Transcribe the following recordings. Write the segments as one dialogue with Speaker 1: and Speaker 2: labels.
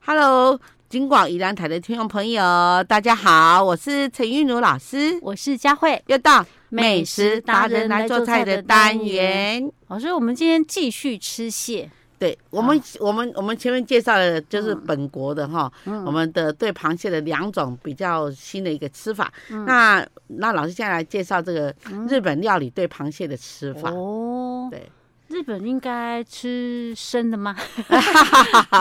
Speaker 1: Hello，金广宜兰台的听众朋友，大家好，我是陈玉茹老师，
Speaker 2: 我是佳慧，
Speaker 1: 又到
Speaker 2: 美食达人来做菜的单
Speaker 1: 元。
Speaker 2: 老师，我们今天继续吃蟹，
Speaker 1: 对我们，
Speaker 2: 啊
Speaker 1: 我们我们前面介绍的就是
Speaker 2: 嗯
Speaker 1: 本国的哈，我们的对螃蟹的两种比较新的一个吃法。
Speaker 2: 嗯
Speaker 1: 那那老师现在来介绍这个日本料理对螃蟹的吃法。
Speaker 2: 哦，
Speaker 1: 对，
Speaker 2: 日本应该吃生 的吗？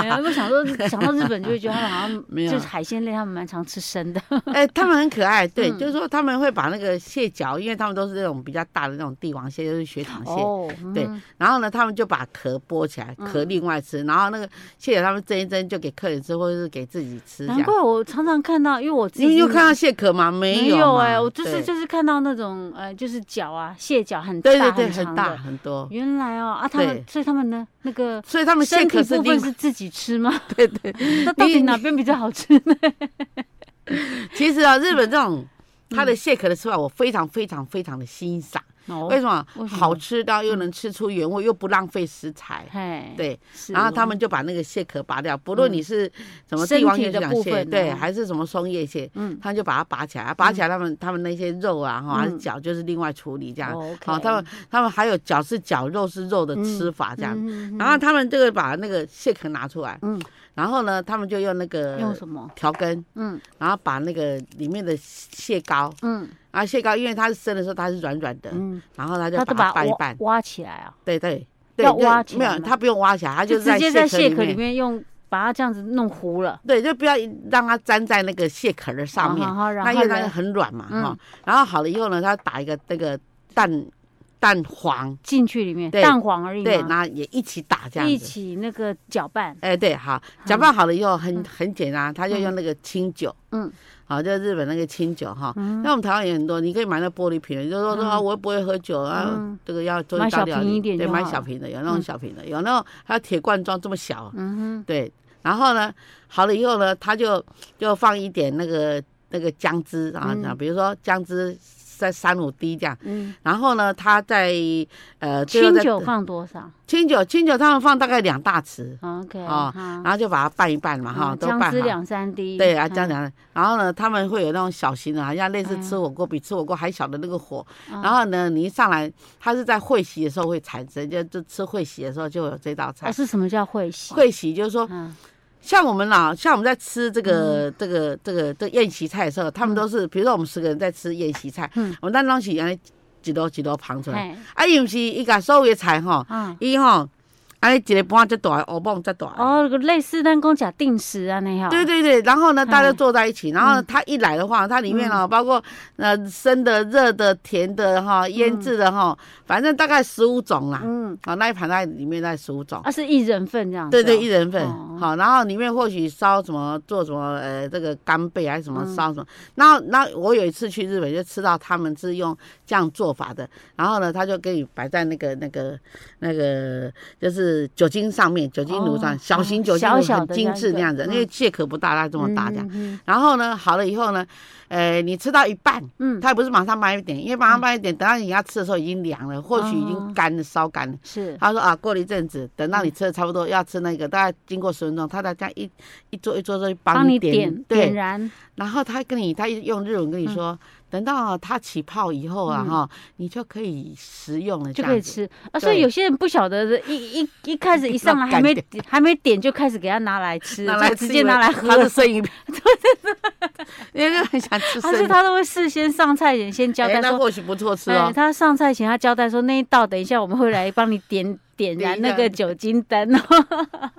Speaker 2: 没有，因为想说想到日本就会觉得他们好像
Speaker 1: 没有
Speaker 2: 就是海鲜类，他们蛮常吃生的。
Speaker 1: 哎，他们很可爱，对，
Speaker 2: 嗯
Speaker 1: 就是说他们会把那个蟹脚，因为他们都是那种比较大的那种帝王蟹，就是雪场蟹，
Speaker 2: 哦，
Speaker 1: 对
Speaker 2: 嗯
Speaker 1: 然后呢，他们就把壳剥起来，壳另外吃，然后那个蟹脚他们蒸一蒸就给客人吃，或者是给自己吃这
Speaker 2: 难
Speaker 1: 样。
Speaker 2: 怪我常常看到，因为我自己
Speaker 1: 你有
Speaker 2: 是
Speaker 1: 看到蟹壳吗？没
Speaker 2: 没有
Speaker 1: 嘛
Speaker 2: 哎，我就是
Speaker 1: 对
Speaker 2: 就是看到那种呃，就是脚啊，蟹脚很大
Speaker 1: 对对对，很
Speaker 2: 长
Speaker 1: 大
Speaker 2: 的。
Speaker 1: 很多，
Speaker 2: 原来哦啊，他们
Speaker 1: 对
Speaker 2: 所以他们呢那个。
Speaker 1: 所以他们蟹
Speaker 2: 身体
Speaker 1: 壳是
Speaker 2: 部分
Speaker 1: 另
Speaker 2: 是自己吃吗？
Speaker 1: 对对。
Speaker 2: 那到底哪边比较好吃 呢？
Speaker 1: 其实啊，日本这种
Speaker 2: 嗯
Speaker 1: 它的蟹壳的吃法，我非常非常非常的欣赏。
Speaker 2: 哦
Speaker 1: 为什么
Speaker 2: 为？什么
Speaker 1: 好吃到又能吃出原味，又不浪费食材。
Speaker 2: 嘿，
Speaker 1: 对，
Speaker 2: 是
Speaker 1: 然后
Speaker 2: 哦
Speaker 1: 他们就把那个蟹壳拔掉，不论你是什么
Speaker 2: 嗯身
Speaker 1: 帝王
Speaker 2: 体
Speaker 1: 蟹、
Speaker 2: 的
Speaker 1: 长
Speaker 2: 部
Speaker 1: 蟹，
Speaker 2: 分
Speaker 1: 对，
Speaker 2: 哦
Speaker 1: 还是什么松叶蟹，
Speaker 2: 嗯
Speaker 1: 他们就把它拔起来，拔起来他们他们那些肉啊，哈，还是脚就是另外处理这样。
Speaker 2: 哦，OK
Speaker 1: 好，他们他们还有脚是脚，肉是肉的吃法这样。
Speaker 2: 嗯
Speaker 1: 然后他们就会把那个蟹壳拿出来，
Speaker 2: 嗯
Speaker 1: 然后呢，他们就用那个
Speaker 2: 用什么？
Speaker 1: 调羹，
Speaker 2: 嗯
Speaker 1: 然后把那个里面的蟹膏，
Speaker 2: 嗯
Speaker 1: 然后蟹膏因为它是生的时候它是软软的，
Speaker 2: 嗯，
Speaker 1: 然呃后他就
Speaker 2: 他
Speaker 1: 把
Speaker 2: 都
Speaker 1: 它
Speaker 2: 把
Speaker 1: 拌一
Speaker 2: 挖
Speaker 1: 拌，
Speaker 2: 挖起来啊，
Speaker 1: 对对对，
Speaker 2: 要
Speaker 1: 对
Speaker 2: 挖起
Speaker 1: 没
Speaker 2: 来
Speaker 1: 有，
Speaker 2: 吗
Speaker 1: 它不用挖起来，它就是
Speaker 2: 直接在蟹壳
Speaker 1: 里
Speaker 2: 里。面用把它这样子弄糊了，
Speaker 1: 对，就不要让它粘在那个蟹壳的上面
Speaker 2: 好，好好然
Speaker 1: 那因
Speaker 2: 后
Speaker 1: 为它
Speaker 2: 呢
Speaker 1: 很软嘛，
Speaker 2: 嗯
Speaker 1: 哈、然后好了以后呢，它打一个那个蛋蛋黄，
Speaker 2: 进去里面
Speaker 1: 对
Speaker 2: 蛋黄而已
Speaker 1: 对，
Speaker 2: 嘛
Speaker 1: 然后也一起打这样
Speaker 2: 一
Speaker 1: 子。
Speaker 2: 起那个搅拌，
Speaker 1: 哎，对，好，搅拌好了以后很、很简单，他就用那个清酒，
Speaker 2: 嗯，
Speaker 1: 好，就日本那个清酒哈。那我们台湾也很多，你可以买那玻璃瓶的，你就说说、啊我不会喝酒啊
Speaker 2: 嗯，
Speaker 1: 这个要做
Speaker 2: 买
Speaker 1: 意大
Speaker 2: 小
Speaker 1: 利料
Speaker 2: 瓶
Speaker 1: 理
Speaker 2: 一点
Speaker 1: 对，
Speaker 2: 就
Speaker 1: 买
Speaker 2: 好
Speaker 1: 小
Speaker 2: 了
Speaker 1: 瓶的，有那种小瓶的，有那种还有铁罐装这么小，啊
Speaker 2: 嗯
Speaker 1: 对，然后呢，好了以后呢，他就就放一点那个那个姜汁啊，
Speaker 2: 嗯
Speaker 1: 比如说姜汁三三五滴这样，
Speaker 2: 哼嗯，
Speaker 1: 然后呢，他在呃最后
Speaker 2: 清
Speaker 1: 再
Speaker 2: 酒放多少
Speaker 1: 清酒清酒他们放大概两大匙，
Speaker 2: ？OK
Speaker 1: 哦
Speaker 2: 哈
Speaker 1: 然后就把它拌一拌嘛哈，
Speaker 2: 嗯
Speaker 1: 都
Speaker 2: 姜
Speaker 1: 拌
Speaker 2: 汁
Speaker 1: 好。
Speaker 2: 两三滴，
Speaker 1: 对啊，
Speaker 2: 嗯
Speaker 1: 姜，两，然后呢，他们会有那种小型的，好像类似吃火锅比吃火锅还小的那个火。
Speaker 2: 嗯
Speaker 1: 然后呢，你一上来，它是在会席的时候会产生，就就吃会席的时候就有这道菜
Speaker 2: 哦，。是什么叫会席？
Speaker 1: 会席就是说，
Speaker 2: 嗯，
Speaker 1: 像我们啦，像我们在吃这个、这个这个这个宴席菜的时候，他们都是，比如说我们十个人在吃宴席菜，
Speaker 2: 嗯
Speaker 1: 我们那东西安尼一道一道捧出来，
Speaker 2: 哎，
Speaker 1: 啊，伊毋是伊甲所有的菜吼，
Speaker 2: 嗯，
Speaker 1: 伊吼安尼一个盘遮大的，乌棒遮大的。
Speaker 2: 哦，类似咱讲假定时啊那样，
Speaker 1: 对对对，然后呢，大家就坐在一起，
Speaker 2: 嗯
Speaker 1: 然后呢它一来的话，它里面啊，包括呃生的、热的、甜的哈、腌制的哈，反正大概十五种啦。
Speaker 2: 嗯，
Speaker 1: 好，那一盘在里面大概十五种。
Speaker 2: 啊是一人份这样子
Speaker 1: 对
Speaker 2: 哦，
Speaker 1: 对，一人份。
Speaker 2: 哦
Speaker 1: 好，然后里面或许烧什么，做什么，呃，这个干贝还是什么
Speaker 2: 嗯
Speaker 1: 烧什么。然后，然后我有一次去日本，就吃到他们是用这样做法的。然后呢，他就给你摆在那个那个那个，就是酒精上面，酒精炉上，
Speaker 2: 哦
Speaker 1: 小型酒精炉
Speaker 2: 小小
Speaker 1: 很
Speaker 2: 的
Speaker 1: 精
Speaker 2: 那
Speaker 1: 致
Speaker 2: 个
Speaker 1: 那样子，因为蟹壳不大，它这么大这样。
Speaker 2: 嗯
Speaker 1: 然后呢，好了以后呢，呃，你吃到一半，
Speaker 2: 嗯，嗯
Speaker 1: 它也不是马上卖一点，因为马上卖一点，等到你要吃的时候已经凉了，或许已经
Speaker 2: 哦
Speaker 1: 干了，烧干了。
Speaker 2: 是
Speaker 1: 他说啊，过了一阵子，等到你吃的差不多，要吃那个，大概经过十分钟，他再这样一一桌一桌的帮
Speaker 2: 帮
Speaker 1: 你
Speaker 2: 你
Speaker 1: 点，
Speaker 2: 点
Speaker 1: 对，
Speaker 2: 点燃，
Speaker 1: 然后他跟你，他用日文跟你说，等到它起泡以后啊，
Speaker 2: 嗯
Speaker 1: 哈、你就可以食用了，这
Speaker 2: 就可
Speaker 1: 样
Speaker 2: 以
Speaker 1: 子。
Speaker 2: 吃啊。所以有些人不晓得，一一一开始一上来还没
Speaker 1: 干
Speaker 2: 还没点就开始给他拿来吃，
Speaker 1: 拿来
Speaker 2: 就
Speaker 1: 吃
Speaker 2: 直接拿来
Speaker 1: 它是
Speaker 2: 喝，
Speaker 1: 生鱼 片，对对对，人家很想吃
Speaker 2: 还是
Speaker 1: 生的。
Speaker 2: 他都会事先上菜前先交
Speaker 1: 哎
Speaker 2: 代
Speaker 1: 那
Speaker 2: 说，
Speaker 1: 或许不错吃
Speaker 2: 哎
Speaker 1: 哦，。
Speaker 2: 他上菜前他交代说那一道等一下我们会来帮你 点点燃那
Speaker 1: 点
Speaker 2: 个
Speaker 1: 燃
Speaker 2: 酒精 灯哦。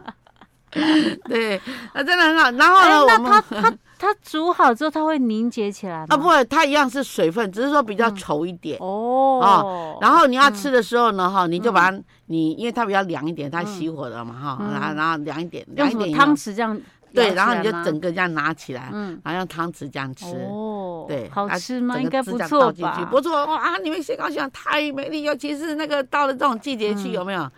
Speaker 1: 对，那真的很好。然后
Speaker 2: 哎
Speaker 1: 呢，
Speaker 2: 那
Speaker 1: 我
Speaker 2: 它
Speaker 1: 们
Speaker 2: 它它煮好之后它会凝结起来吗？
Speaker 1: 啊，不，会，它一样是水分，只是说比较
Speaker 2: 嗯
Speaker 1: 稠一点。
Speaker 2: 哦，嗯
Speaker 1: 然后你要吃的时候呢，哈、你就把它，你因为它比较凉一点，它熄火了嘛，哈、然后然后凉一点，凉
Speaker 2: 用
Speaker 1: 一点
Speaker 2: 什么
Speaker 1: 以后
Speaker 2: 汤匙这样舀
Speaker 1: 对，
Speaker 2: 起
Speaker 1: 然后
Speaker 2: 来
Speaker 1: 你就
Speaker 2: 吗
Speaker 1: 整个这样拿起来，
Speaker 2: 嗯
Speaker 1: 然后用汤匙这样吃。
Speaker 2: 哦，
Speaker 1: 对，
Speaker 2: 好
Speaker 1: 啊
Speaker 2: 吃吗？
Speaker 1: 整
Speaker 2: 应
Speaker 1: 个
Speaker 2: 该
Speaker 1: 汁
Speaker 2: 不
Speaker 1: 这样
Speaker 2: 错
Speaker 1: 倒进去
Speaker 2: 吧？
Speaker 1: 不错哦啊！你们蟹膏蟹黄太美丽，尤其是那个到了这种季节去，有没有？
Speaker 2: 嗯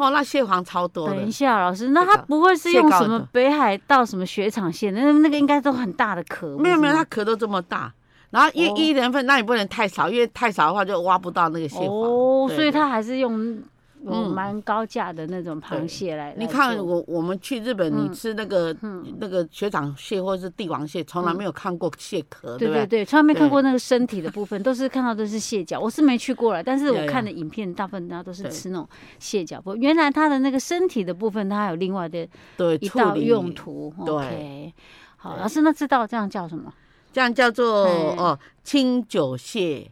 Speaker 1: 哦，那蟹黄超多
Speaker 2: 等
Speaker 1: 的
Speaker 2: 一。下，老师，那它
Speaker 1: 个
Speaker 2: 不会是
Speaker 1: 蟹
Speaker 2: 用
Speaker 1: 膏
Speaker 2: 什
Speaker 1: 的
Speaker 2: 么北海道什么雪场蟹？那那个应该都很大的壳。
Speaker 1: 没有
Speaker 2: 不
Speaker 1: 没有，
Speaker 2: 是
Speaker 1: 它
Speaker 2: 吗
Speaker 1: 壳都这么大。然后一
Speaker 2: 哦
Speaker 1: 一人份，那也不能太少，因为太少的话就挖不到那个蟹黄。
Speaker 2: 哦，
Speaker 1: 对
Speaker 2: 所以
Speaker 1: 对
Speaker 2: 它还是用有蛮高价的那种螃蟹来。
Speaker 1: 你
Speaker 2: 来
Speaker 1: 看
Speaker 2: 做嗯
Speaker 1: 我我们去日本，你吃那个那个雪长蟹或者是帝王蟹，从来没有看过蟹壳，
Speaker 2: 嗯对
Speaker 1: 不
Speaker 2: 对
Speaker 1: 对？
Speaker 2: 对，从来没看
Speaker 1: 对
Speaker 2: 过那个身体的部分， 都是看到都是蟹脚。我是没去过了，但是
Speaker 1: 有
Speaker 2: 我
Speaker 1: 有
Speaker 2: 看的影片大部分大家都是
Speaker 1: 对
Speaker 2: 吃那种蟹脚部分。原来它的那个身体的部分，它还有另外的
Speaker 1: 对，
Speaker 2: 一
Speaker 1: 处
Speaker 2: 道
Speaker 1: 理
Speaker 2: 用途。OK，好，老师，那这道这样叫什么？
Speaker 1: 这样叫做
Speaker 2: 哎
Speaker 1: 哦清酒蟹，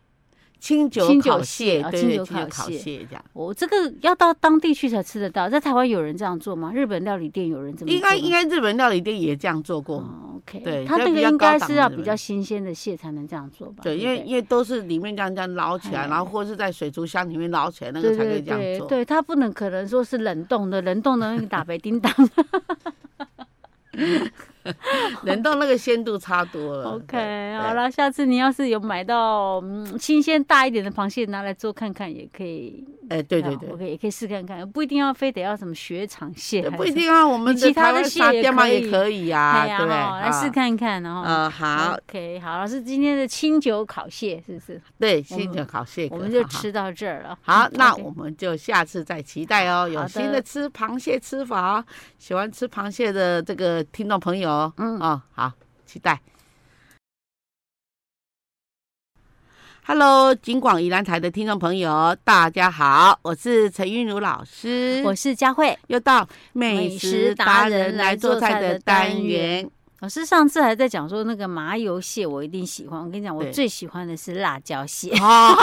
Speaker 1: 清酒
Speaker 2: 清酒
Speaker 1: 烤
Speaker 2: 蟹
Speaker 1: 蟹，
Speaker 2: 啊
Speaker 1: 对
Speaker 2: 清
Speaker 1: 对，
Speaker 2: 酒
Speaker 1: 清酒
Speaker 2: 烤
Speaker 1: 烤
Speaker 2: 蟹
Speaker 1: 蟹这样。
Speaker 2: 我、这个要到当地去才吃得到，在台湾有人这样做吗？日本料理店有人这么做
Speaker 1: 应该应
Speaker 2: 该、
Speaker 1: 该日本料理店也这样做过，
Speaker 2: 哦、OK，
Speaker 1: 对
Speaker 2: 它
Speaker 1: 这
Speaker 2: 这
Speaker 1: 比
Speaker 2: 个
Speaker 1: 较
Speaker 2: 应
Speaker 1: 高
Speaker 2: 该
Speaker 1: 档
Speaker 2: 是
Speaker 1: 的
Speaker 2: 要
Speaker 1: 日
Speaker 2: 比
Speaker 1: 本
Speaker 2: 较新鲜的蟹才能这样做吧？
Speaker 1: 对，
Speaker 2: 不
Speaker 1: 因为因为都是里面这样这样捞起来，然后或是在水族箱里面捞起来，那个
Speaker 2: 对
Speaker 1: 才可
Speaker 2: 对
Speaker 1: 以这
Speaker 2: 对
Speaker 1: 样做。
Speaker 2: 对，它不能可能说是冷冻的，冷冻的那个打北 叮当。
Speaker 1: 冷冻那个鲜度差多 了。
Speaker 2: OK，
Speaker 1: 对
Speaker 2: 好。
Speaker 1: 对
Speaker 2: 了，下次你要是有买到嗯新鲜大一点的螃蟹，拿来做看看也可以。
Speaker 1: 哎，对对
Speaker 2: 我
Speaker 1: 对，
Speaker 2: 可以也可以试看看，不一定要非得要什么雪场蟹还
Speaker 1: 也
Speaker 2: 是什么，
Speaker 1: 不一定啊，我们
Speaker 2: 你其他的蟹
Speaker 1: 沙
Speaker 2: 也
Speaker 1: 爹嘛
Speaker 2: 可
Speaker 1: 也
Speaker 2: 以
Speaker 1: 可以呀，
Speaker 2: 哎
Speaker 1: 对
Speaker 2: 呀
Speaker 1: 不对？
Speaker 2: 哈来试
Speaker 1: 啊。
Speaker 2: 看看，然后。
Speaker 1: 呃，好，
Speaker 2: ，OK，好，老师，今天的清酒烤蟹是不是？
Speaker 1: 对，
Speaker 2: 我们
Speaker 1: 新酒烤蟹壳，
Speaker 2: 我们就
Speaker 1: 哈哈。
Speaker 2: 吃到这儿了。
Speaker 1: 好，
Speaker 2: 嗯
Speaker 1: 那
Speaker 2: OK
Speaker 1: 我们就下次再期待哦。有
Speaker 2: 好的
Speaker 1: 新的吃螃蟹吃法哦，喜欢吃螃蟹的这个听众朋友，
Speaker 2: 嗯
Speaker 1: 哦，好，期待。Hello，金广宜兰台的听众朋友，大家好，我是陈韵如老师，
Speaker 2: 嗯我是佳慧
Speaker 1: 又到
Speaker 2: 美
Speaker 1: 美
Speaker 2: 食
Speaker 1: 食
Speaker 2: 达
Speaker 1: 达
Speaker 2: 人
Speaker 1: 人
Speaker 2: 来
Speaker 1: 来
Speaker 2: 做
Speaker 1: 做
Speaker 2: 菜
Speaker 1: 菜
Speaker 2: 的
Speaker 1: 的
Speaker 2: 单
Speaker 1: 单元。
Speaker 2: 老师，上次还在讲说那个麻油蟹，我一定喜欢。我跟你讲，我
Speaker 1: 对
Speaker 2: 最喜欢的是辣椒蟹，
Speaker 1: 哦，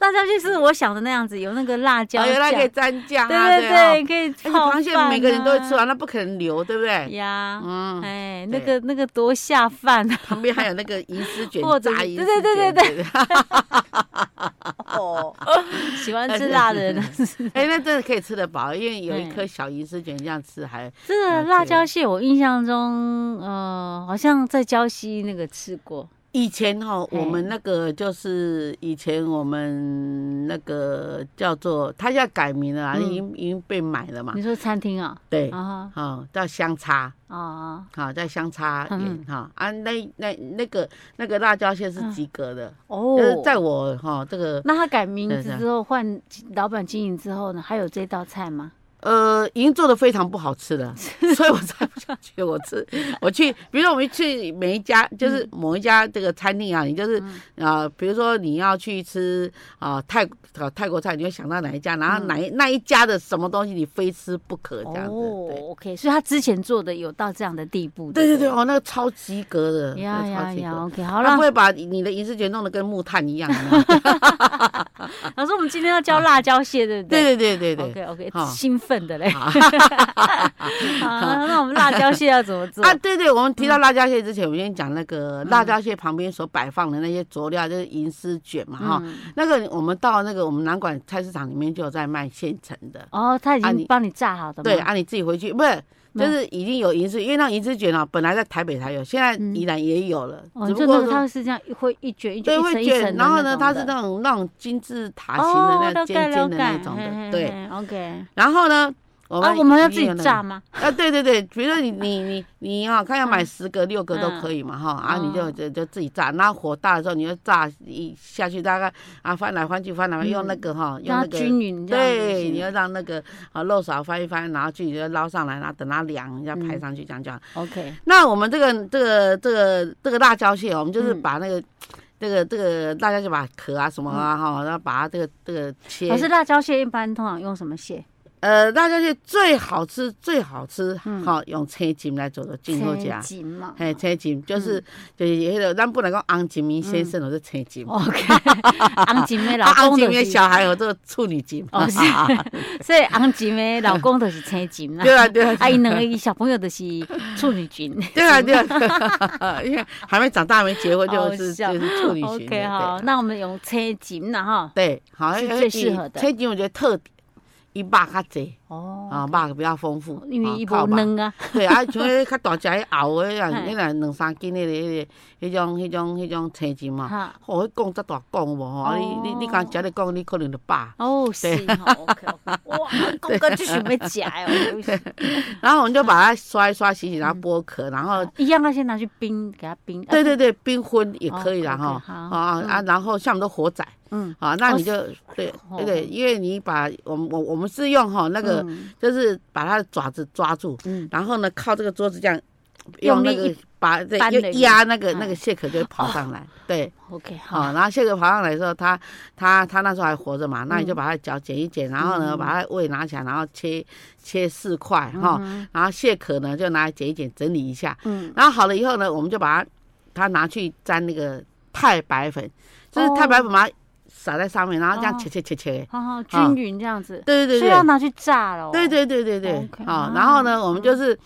Speaker 2: 辣椒蟹是我想的那样子，有那个辣椒
Speaker 1: 原来可以
Speaker 2: 酱
Speaker 1: 蘸酱啊，
Speaker 2: 对
Speaker 1: 啊
Speaker 2: 对，可以
Speaker 1: 而且
Speaker 2: 泡
Speaker 1: 螃蟹
Speaker 2: 饭
Speaker 1: 每个人都会吃
Speaker 2: 啊
Speaker 1: 完，那不可能留，对不对？
Speaker 2: 呀。
Speaker 1: 嗯，
Speaker 2: 哎，那
Speaker 1: 对
Speaker 2: 个那个多下饭啊！
Speaker 1: 旁边还有那个银丝卷
Speaker 2: 或者
Speaker 1: 炸
Speaker 2: 是
Speaker 1: 银丝
Speaker 2: 对
Speaker 1: 卷，
Speaker 2: 对对对
Speaker 1: 对。
Speaker 2: 哦，喜欢吃辣的人，
Speaker 1: 哎、那真的可以吃得饱，因为有一
Speaker 2: 嗯
Speaker 1: 颗小银丝卷这样吃还
Speaker 2: 这个
Speaker 1: 了
Speaker 2: 辣
Speaker 1: 解
Speaker 2: 椒蟹，我印象中，呃，好像在礁溪那个吃过。
Speaker 1: 以前哦，
Speaker 2: 嘿
Speaker 1: 我们那个就是以前我们那个叫做，他现在改名了啊，
Speaker 2: 嗯
Speaker 1: 已经已经被买了嘛
Speaker 2: 你。说餐厅啊？
Speaker 1: 对，
Speaker 2: 啊
Speaker 1: 哦，叫香叉，
Speaker 2: 啊啊！
Speaker 1: 好、叫香叉
Speaker 2: 嗯嗯
Speaker 1: 园哈啊，那那那个那个辣椒蟹是及格的，就是
Speaker 2: 哦，
Speaker 1: 呃在我哈、这个
Speaker 2: 那他改名
Speaker 1: 对
Speaker 2: 字
Speaker 1: 对
Speaker 2: 之后，换老板经营之后呢，还有这道菜吗？
Speaker 1: 呃已经做的非常不好吃了，所以我才不想去。我 吃，我去，比如说我们去每一家，
Speaker 2: 嗯
Speaker 1: 就是某一家这个餐厅啊，你就是啊、呃比如说你要去吃啊、泰呃泰国菜，你会想到哪一家，然
Speaker 2: 嗯
Speaker 1: 后哪一、那一家的什么东西你非吃不可这样子。
Speaker 2: 哦
Speaker 1: 对
Speaker 2: ，OK，所以他之前做的有到这样的地步。
Speaker 1: 对对
Speaker 2: 不
Speaker 1: 对，哦，那个超及格的，那
Speaker 2: 呀
Speaker 1: 个超
Speaker 2: 呀
Speaker 1: 及
Speaker 2: 呀
Speaker 1: 格。
Speaker 2: ，OK，好
Speaker 1: 他
Speaker 2: 了
Speaker 1: 不，会把你的银丝卷弄得跟木炭一样吗？
Speaker 2: 老师，我们今天要教辣椒蟹，对不对？
Speaker 1: 啊对对对对对。
Speaker 2: OK
Speaker 1: 好
Speaker 2: OK，兴 奋的嘞。
Speaker 1: 好
Speaker 2: 好，那我们辣椒蟹要怎么 做？嗯
Speaker 1: 啊，对对，我们提到辣椒蟹之前，我们先讲那个辣椒蟹旁边所摆放的那些佐料，就是银丝卷嘛，哈、
Speaker 2: 嗯
Speaker 1: 那个我们到那个我们南馆菜市场里面就有在卖现成的，
Speaker 2: 哦，他已
Speaker 1: 啊
Speaker 2: 经
Speaker 1: 你
Speaker 2: 帮你炸好的吗？
Speaker 1: 对，啊，你自己回去不是。
Speaker 2: 嗯
Speaker 1: 就是已经有银丝，因为那银丝卷啊，本来在台北才有，现在
Speaker 2: 嗯
Speaker 1: 宜兰也有了，
Speaker 2: 哦，
Speaker 1: 只
Speaker 2: 就
Speaker 1: 不
Speaker 2: 那
Speaker 1: 过
Speaker 2: 个
Speaker 1: 说
Speaker 2: 它是这样一会一卷一卷
Speaker 1: 对
Speaker 2: 一
Speaker 1: 会
Speaker 2: 层一层的
Speaker 1: 卷，然后呢，
Speaker 2: 种
Speaker 1: 它是
Speaker 2: 的
Speaker 1: 那种那种金字塔形
Speaker 2: 哦，
Speaker 1: 的那
Speaker 2: 了解
Speaker 1: 尖尖
Speaker 2: 了
Speaker 1: 的
Speaker 2: 解
Speaker 1: 那种
Speaker 2: 嘿
Speaker 1: 的，
Speaker 2: 嘿
Speaker 1: 对。
Speaker 2: 嘿，OK。
Speaker 1: 然后呢，我
Speaker 2: 啊，
Speaker 1: 们
Speaker 2: 我们要
Speaker 1: 已
Speaker 2: 自
Speaker 1: 经
Speaker 2: 己
Speaker 1: 有那个
Speaker 2: 炸吗？
Speaker 1: 啊，对对对，比如说你你你你哈，看要买十个六个都
Speaker 2: 嗯
Speaker 1: 可以嘛哈，啊
Speaker 2: 哦
Speaker 1: 你就就就自己炸，然后火大的时候你就炸一下去，大概啊翻来翻去翻来翻去，用那个哈用
Speaker 2: 嗯让
Speaker 1: 那
Speaker 2: 它
Speaker 1: 个。
Speaker 2: 均匀这样子
Speaker 1: 对，
Speaker 2: 行
Speaker 1: 你要让那个啊肉勺翻一翻，然后去你就捞上来，然后等它凉，这样
Speaker 2: 嗯
Speaker 1: 排上去，这样就好。
Speaker 2: OK，
Speaker 1: 那我们这个这个这个这个辣椒蟹哦，我们就是
Speaker 2: 嗯
Speaker 1: 把那个、这个这个辣椒就把壳啊什么啊哈，然后把它这个这个切
Speaker 2: 嗯老。师，辣椒蟹一般通常用什么蟹？
Speaker 1: 呃，辣椒蟹最好吃最好吃，哈、
Speaker 2: 嗯
Speaker 1: 用青筋来做做进口
Speaker 2: 生
Speaker 1: 夹。
Speaker 2: 锦嘛。
Speaker 1: 嘿，青金就是
Speaker 2: 嗯
Speaker 1: 就是迄个，咱不能讲红金明先生，我是青金，
Speaker 2: OK，昂姐妹嗯哦老
Speaker 1: 啊，红
Speaker 2: 公
Speaker 1: 金
Speaker 2: 的
Speaker 1: 明
Speaker 2: 是，
Speaker 1: 小孩有这个处女金，
Speaker 2: 哦是所以昂姐妹老公的是青锦 啦。
Speaker 1: 对啊对啊
Speaker 2: 啊，伊两个小朋友的是处女裙。
Speaker 1: 对啊对啊， 因为还没长大没结婚就
Speaker 2: 好
Speaker 1: 是
Speaker 2: 笑
Speaker 1: 就是处女型的，
Speaker 2: OK，
Speaker 1: 对
Speaker 2: 好，那我们用青锦啦哈。
Speaker 1: 对，好
Speaker 2: 是最适合的
Speaker 1: 青金我觉得特点，伊肉较济，
Speaker 2: 哦，
Speaker 1: 啊，肉比较丰富，
Speaker 2: 因
Speaker 1: 啊
Speaker 2: 为伊
Speaker 1: 靠
Speaker 2: 无
Speaker 1: 肉
Speaker 2: 软啊，
Speaker 1: 对啊，像迄较大只迄熬的，迄
Speaker 2: 嘿
Speaker 1: 若迄若两三斤迄个迄个，迄种迄种迄种青椒嘛，
Speaker 2: 哈，
Speaker 1: 吼，迄讲则大讲无吼，啊你你你敢食咧讲，你可能就饱。
Speaker 2: 哦是哦，OK，哇，讲到就想要食哦，
Speaker 1: 然后我们就把它刷一刷、洗洗，然
Speaker 2: 嗯
Speaker 1: 后剥壳，然后
Speaker 2: 哦一样要先拿去冰，给它冰，啊
Speaker 1: 对，对对，冰婚也
Speaker 2: 哦
Speaker 1: 可以啦
Speaker 2: 可以
Speaker 1: 哈。
Speaker 2: 好
Speaker 1: 啊
Speaker 2: 嗯
Speaker 1: 啊，然后像我们都火仔
Speaker 2: 嗯，
Speaker 1: 啊，那
Speaker 2: 哦
Speaker 1: 你就对
Speaker 2: 哦嗯
Speaker 1: 对对，因为你把我们我我们是用哈那
Speaker 2: 那
Speaker 1: 个就是把它的爪子抓住，
Speaker 2: 嗯，
Speaker 1: 然后呢靠这个桌子这样
Speaker 2: 用
Speaker 1: 用那
Speaker 2: 力
Speaker 1: 个把对
Speaker 2: 扳
Speaker 1: 又
Speaker 2: 了一
Speaker 1: 压那个
Speaker 2: 下嗯
Speaker 1: 那个蟹壳就会跑上来，对。
Speaker 2: OK 好，
Speaker 1: 好，然后蟹壳爬上来的时候，它它它那时候还活着嘛，那
Speaker 2: 嗯
Speaker 1: 你就把它脚剪一剪，然后呢，把它胃拿起来，然后切切四块哈，然后蟹壳呢就拿来剪一剪，整理一下，
Speaker 2: 嗯，
Speaker 1: 然后好了以后呢，我们就把它它拿去沾那个太白粉，就是
Speaker 2: 哦
Speaker 1: 太白粉把它撒在上面，然后这样
Speaker 2: 哦
Speaker 1: 切切切切，
Speaker 2: 好好均匀这样子，
Speaker 1: 对对
Speaker 2: 所以
Speaker 1: 对
Speaker 2: 要拿去炸了，
Speaker 1: 对，对对对对对
Speaker 2: OK，，嗯
Speaker 1: 啊，然后呢，我们就是。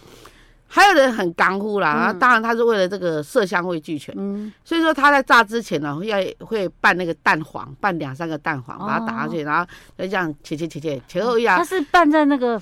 Speaker 1: 还有人很干乎啦，然后当然他是为了这个色香味俱全，
Speaker 2: 嗯，
Speaker 1: 所以说他在炸之前呢，会要会拌那个蛋黄，拌两三个蛋黄，把它打上去，然后就这样切切切切切后一
Speaker 2: 它
Speaker 1: 下。
Speaker 2: 是拌在那个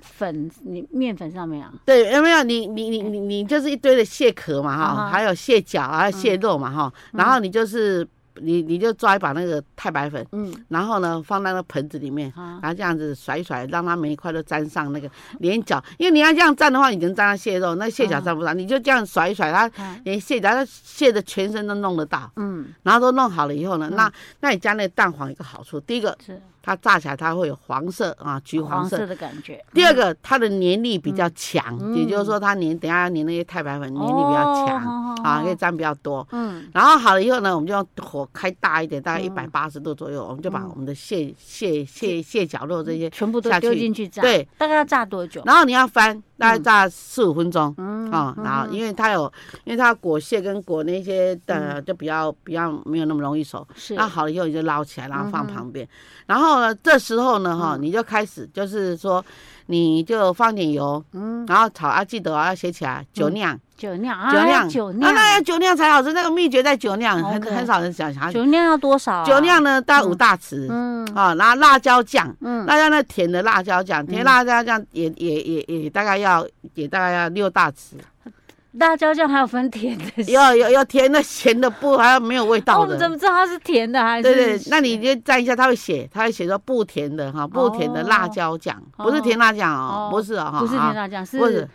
Speaker 2: 粉里面粉上面啊，
Speaker 1: 对，有没有你你你你你就是一堆的蟹壳嘛哈，
Speaker 2: 啊哈
Speaker 1: 还有蟹脚啊，还有蟹肉嘛哈，然后你就是你你就抓一把那个太白粉，
Speaker 2: 嗯，
Speaker 1: 然后呢放在那盆子里面，
Speaker 2: 啊，
Speaker 1: 然后这样子甩一甩，让它每一块都沾上那个连脚，因为你要这样沾的话，你能沾到蟹肉，那蟹脚
Speaker 2: 啊
Speaker 1: 沾不上，你就这样甩一甩，它
Speaker 2: 看，
Speaker 1: 连蟹脚它蟹的全身都弄得到。
Speaker 2: 啊嗯，
Speaker 1: 然后都弄好了以后呢，
Speaker 2: 嗯
Speaker 1: 那那你加那个蛋黄有一个好处，第一个
Speaker 2: 是
Speaker 1: 它炸起来它会有黄色啊，橘黄
Speaker 2: 黄
Speaker 1: 色。
Speaker 2: 色的感觉，
Speaker 1: 第二个，它的粘力比较强，
Speaker 2: 嗯
Speaker 1: 也就是说它粘，等一下粘那些太白粉粘力比较强、
Speaker 2: 哦好
Speaker 1: 啊，
Speaker 2: 好
Speaker 1: 可以沾比较多。
Speaker 2: 嗯，
Speaker 1: 然后好了以后呢，我们就用火开大一点，大概一
Speaker 2: 嗯
Speaker 1: 百八十度左右，我们就把
Speaker 2: 嗯
Speaker 1: 我们的蟹蟹蟹蟹绞肉这些，
Speaker 2: 全部都
Speaker 1: 下
Speaker 2: 丢
Speaker 1: 去
Speaker 2: 进去炸，
Speaker 1: 对，
Speaker 2: 大概要炸多久？
Speaker 1: 然后你要翻，大概炸四五分钟。
Speaker 2: 嗯
Speaker 1: 啊、然后因为它有，因为它裹蟹跟裹那些的、
Speaker 2: 嗯
Speaker 1: 就比较比较没有那么容易熟，
Speaker 2: 是嗯
Speaker 1: 那好了以后你就捞起来，然后放旁边。然后呢，这时候呢，哈、你就开始就是说，你就放点油，
Speaker 2: 嗯，
Speaker 1: 然后炒啊，记得哦要写起来，酒酿，
Speaker 2: 酒酿
Speaker 1: 酒酿，
Speaker 2: 啊，酒
Speaker 1: 啊，那要
Speaker 2: 酿，
Speaker 1: 酒酿才好吃。那个秘诀在酒酿，很
Speaker 2: OK
Speaker 1: 很少人想想。
Speaker 2: 酒酿要多少啊？
Speaker 1: 酒，酿呢，大概五大匙
Speaker 2: 嗯
Speaker 1: 啊，然后辣椒酱。
Speaker 2: 嗯，
Speaker 1: 辣椒那甜的辣椒酱，甜辣椒酱也也也也大概要也大概要六大匙，
Speaker 2: 辣椒酱还有分甜的，
Speaker 1: 要有有甜的、咸的不，还有没有味
Speaker 2: 那
Speaker 1: 道
Speaker 2: 哦我们怎
Speaker 1: 的。
Speaker 2: 么知道它是甜的还是？
Speaker 1: 对对，那你就蘸一下，他会写，他会写说不甜的哈，不甜的辣椒酱，不是甜辣酱哦
Speaker 2: 哦，
Speaker 1: 不是哦哈，
Speaker 2: 不是甜
Speaker 1: 啊，
Speaker 2: 辣酱，
Speaker 1: 不是
Speaker 2: 是，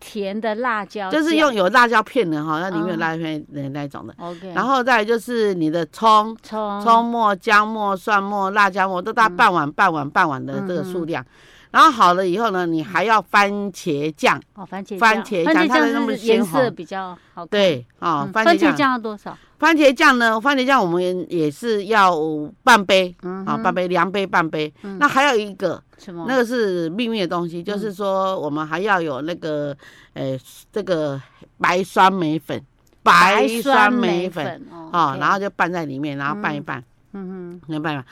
Speaker 2: 甜的辣椒酱，
Speaker 1: 就是用有辣椒片的哈，那里面有
Speaker 2: 嗯
Speaker 1: 辣椒片的那一种的。
Speaker 2: OK，
Speaker 1: 然后再来就是你的葱、
Speaker 2: 葱
Speaker 1: 葱末、姜末、蒜末、辣椒末，都大
Speaker 2: 嗯
Speaker 1: 概半碗、半碗、半碗的这个数量。然后好了以后呢，你还要番茄酱，
Speaker 2: 哦，番茄
Speaker 1: 番
Speaker 2: 酱
Speaker 1: 茄
Speaker 2: 番
Speaker 1: 酱
Speaker 2: 茄
Speaker 1: 它才那么
Speaker 2: 酱是
Speaker 1: 鲜
Speaker 2: 颜色
Speaker 1: 红
Speaker 2: 比较好看，
Speaker 1: 对啊
Speaker 2: 嗯，，
Speaker 1: 番
Speaker 2: 番
Speaker 1: 茄
Speaker 2: 茄
Speaker 1: 酱。
Speaker 2: 酱要多少？
Speaker 1: 番茄酱呢，番茄酱我们也是要半杯
Speaker 2: 嗯
Speaker 1: 啊，
Speaker 2: 哼嗯
Speaker 1: 半杯、两杯、半杯。那还有一个，
Speaker 2: 什么？
Speaker 1: 那个是秘密的东西，就是说我们还要有那个，呃，这个白酸梅粉，白酸梅粉啊，
Speaker 2: 哦，
Speaker 1: 然后就拌在里面，然后拌一拌，
Speaker 2: 嗯嗯，
Speaker 1: 能拌吧？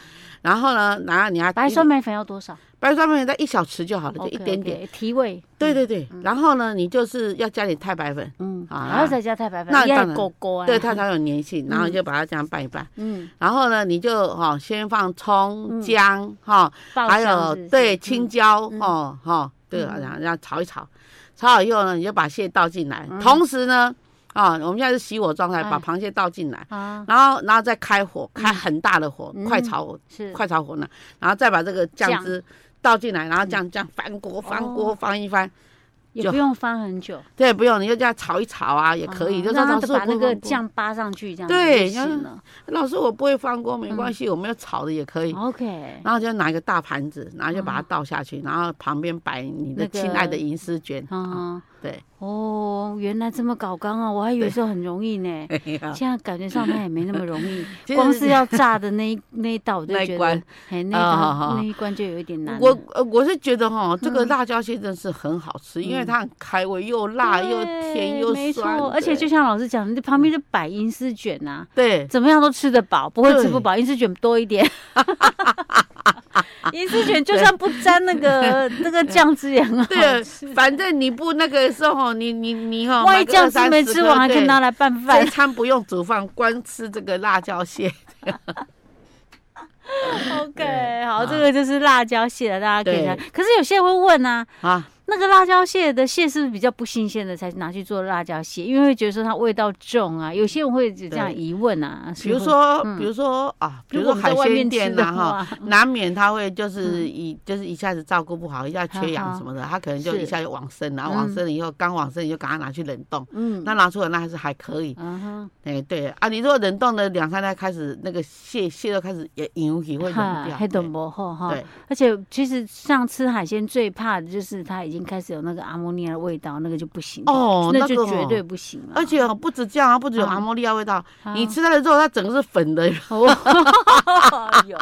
Speaker 1: 然后呢，然后你要
Speaker 2: 白酸
Speaker 1: 梅
Speaker 2: 梅粉要多少？
Speaker 1: 白酸梅粉在一小匙就好了，就一点点。
Speaker 2: OK，OK，提嗯味，
Speaker 1: 对对对，然后呢，你就是要加点太白粉，
Speaker 2: 嗯，
Speaker 1: 啊
Speaker 2: 还要再加太白粉，
Speaker 1: 那
Speaker 2: 要
Speaker 1: 当然
Speaker 2: 狗狗啊，
Speaker 1: 对它才有粘性，然后就把它这样拌一拌。
Speaker 2: 嗯，
Speaker 1: 然后呢，你就哈、哦、先放葱、
Speaker 2: 嗯
Speaker 1: 姜哈，
Speaker 2: 爆
Speaker 1: 还
Speaker 2: 香
Speaker 1: 有
Speaker 2: 是不是
Speaker 1: 对青，椒
Speaker 2: 嗯
Speaker 1: 哦哈，对，
Speaker 2: 嗯
Speaker 1: 然后然后炒一炒，炒好以后呢，你就把蟹倒进来，同时呢，啊，我们现在是熄火状态，
Speaker 2: 嗯哎
Speaker 1: 把螃蟹倒进来，
Speaker 2: 嗯啊，
Speaker 1: 然后然后再开火，开很大的火，
Speaker 2: 嗯
Speaker 1: 快炒火，
Speaker 2: 是
Speaker 1: 快炒火呢，然后再把这个酱
Speaker 2: 酱嗯
Speaker 1: 汁倒进来，然后这样这样翻锅翻锅
Speaker 2: 哦
Speaker 1: 翻一翻，
Speaker 2: 也
Speaker 1: 就
Speaker 2: 不用翻很久，
Speaker 1: 对，不用你就这样炒一炒啊，也
Speaker 2: 也
Speaker 1: 可以，就说
Speaker 2: 让
Speaker 1: 老
Speaker 2: 它
Speaker 1: 师
Speaker 2: 把
Speaker 1: 我
Speaker 2: 哦那
Speaker 1: 不
Speaker 2: 个
Speaker 1: 不
Speaker 2: 酱扒上去，这样
Speaker 1: 对
Speaker 2: 子就行了。
Speaker 1: 老师我不会翻锅
Speaker 2: 嗯
Speaker 1: 没关系，我们要炒的也可以。
Speaker 2: OK，
Speaker 1: 然后就拿一个大盘子，然后就把它倒下去，然后旁边摆你的
Speaker 2: 嗯那个
Speaker 1: 亲爱的银丝卷。啊
Speaker 2: 啊，
Speaker 1: 对，
Speaker 2: 哦，原来这么搞刚啊，我还以为是很容易呢。现在感觉上它也没那么容易
Speaker 1: 啊 其，实
Speaker 2: 光是要炸的那一那一道我就
Speaker 1: 那一
Speaker 2: 觉得
Speaker 1: 关，
Speaker 2: 哎，那一
Speaker 1: 啊
Speaker 2: 道
Speaker 1: 好好
Speaker 2: 那一关就有一点难了。啊嗯
Speaker 1: 我呃我是觉得哈，这个辣椒蟹真是很好吃，因为它很开胃，又辣又
Speaker 2: 对
Speaker 1: 甜又
Speaker 2: 没
Speaker 1: 酸，
Speaker 2: 错，而且就
Speaker 1: 对嗯
Speaker 2: 像老师讲，的，旁边就摆银丝卷啊，
Speaker 1: 对
Speaker 2: 怎么样都吃得饱，不会吃
Speaker 1: 对
Speaker 2: 不饱。银丝卷多一 点，银丝卷就算不沾那个那个酱汁啊也很好
Speaker 1: 对哦
Speaker 2: 吃。，
Speaker 1: 反正你不那个时候，你你你 哈，
Speaker 2: 万一
Speaker 1: 买个
Speaker 2: 酱
Speaker 1: 二
Speaker 2: 汁
Speaker 1: 三
Speaker 2: 没
Speaker 1: 十
Speaker 2: 吃
Speaker 1: 颗
Speaker 2: 完，还可以
Speaker 1: 对
Speaker 2: 拿来拌
Speaker 1: 这
Speaker 2: 饭
Speaker 1: 一。餐不用煮饭，光吃这个辣椒蟹。
Speaker 2: OK，好，
Speaker 1: 啊
Speaker 2: 这个就是辣椒蟹了，大家可以看。可是有些人会问啊，
Speaker 1: 啊，
Speaker 2: 那个辣椒蟹的蟹是不是比较不新鲜的才拿去做辣椒蟹？因为会觉得说它味道重啊，有些人会有这样疑问啊。
Speaker 1: 比如
Speaker 2: 所以会，
Speaker 1: 说
Speaker 2: 嗯，
Speaker 1: 比如说啊，比
Speaker 2: 如
Speaker 1: 如说
Speaker 2: 果我们在
Speaker 1: 海
Speaker 2: 外
Speaker 1: 鲜
Speaker 2: 面吃
Speaker 1: 店
Speaker 2: 的
Speaker 1: 呐哈，
Speaker 2: 话，
Speaker 1: 难免他会
Speaker 2: 嗯
Speaker 1: 就是一就是一下子照顾不好，一下缺氧什么的，他可能就是一下就往生了，
Speaker 2: 嗯
Speaker 1: 往生了以后刚往生你就赶快拿去冷冻，
Speaker 2: 嗯，
Speaker 1: 那拿出来那还是还可以，
Speaker 2: 嗯哼，
Speaker 1: 哎对啊，你如果冷冻了两三天开始那个蟹蟹都开始也引起会冷掉，
Speaker 2: 还
Speaker 1: 对
Speaker 2: 哦懂不好哈？
Speaker 1: 对，
Speaker 2: 而且其实像吃海鲜最怕的就是它已经开始有那个阿莫尼亚的味道，那个就不行了
Speaker 1: 哦
Speaker 2: 那
Speaker 1: 那
Speaker 2: 就
Speaker 1: 个
Speaker 2: 绝
Speaker 1: 哦
Speaker 2: 对不行了。
Speaker 1: 而且哦不止这样啊，不止有
Speaker 2: 啊
Speaker 1: 阿莫利亚味道，
Speaker 2: 啊
Speaker 1: 你吃它的肉它整个是粉的，
Speaker 2: 哦， 有。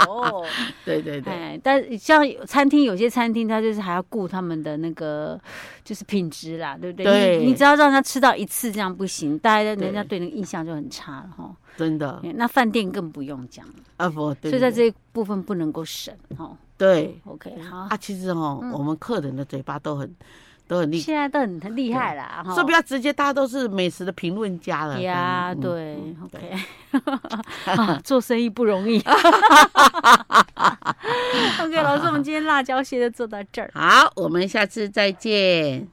Speaker 1: 对对对。
Speaker 2: 哎，但像餐厅有些餐厅，它就是还要顾他们的那个就是品质啦，对不对？
Speaker 1: 对
Speaker 2: 你你只要让他吃到一次，这样不行，大家人家
Speaker 1: 对
Speaker 2: 对那个印象就很差了哈。
Speaker 1: 真的，
Speaker 2: 哎那饭店更不用讲，
Speaker 1: 啊不，对
Speaker 2: 所以在
Speaker 1: 对
Speaker 2: 这一部分不能够省哈。
Speaker 1: 对
Speaker 2: OK，好，
Speaker 1: 啊，其实哦，
Speaker 2: 嗯
Speaker 1: 我们客人的嘴巴都很都很厉害，
Speaker 2: 现在都很很厉害啦哈
Speaker 1: 说。不要直接，大家都是美食的评论家了。
Speaker 2: 哦呀，
Speaker 1: 嗯，
Speaker 2: 对
Speaker 1: 嗯嗯
Speaker 2: ，OK，啊做生意不 容易。OK，老师，我们今天辣椒蟹就做到这儿。
Speaker 1: 好，我们下次再见。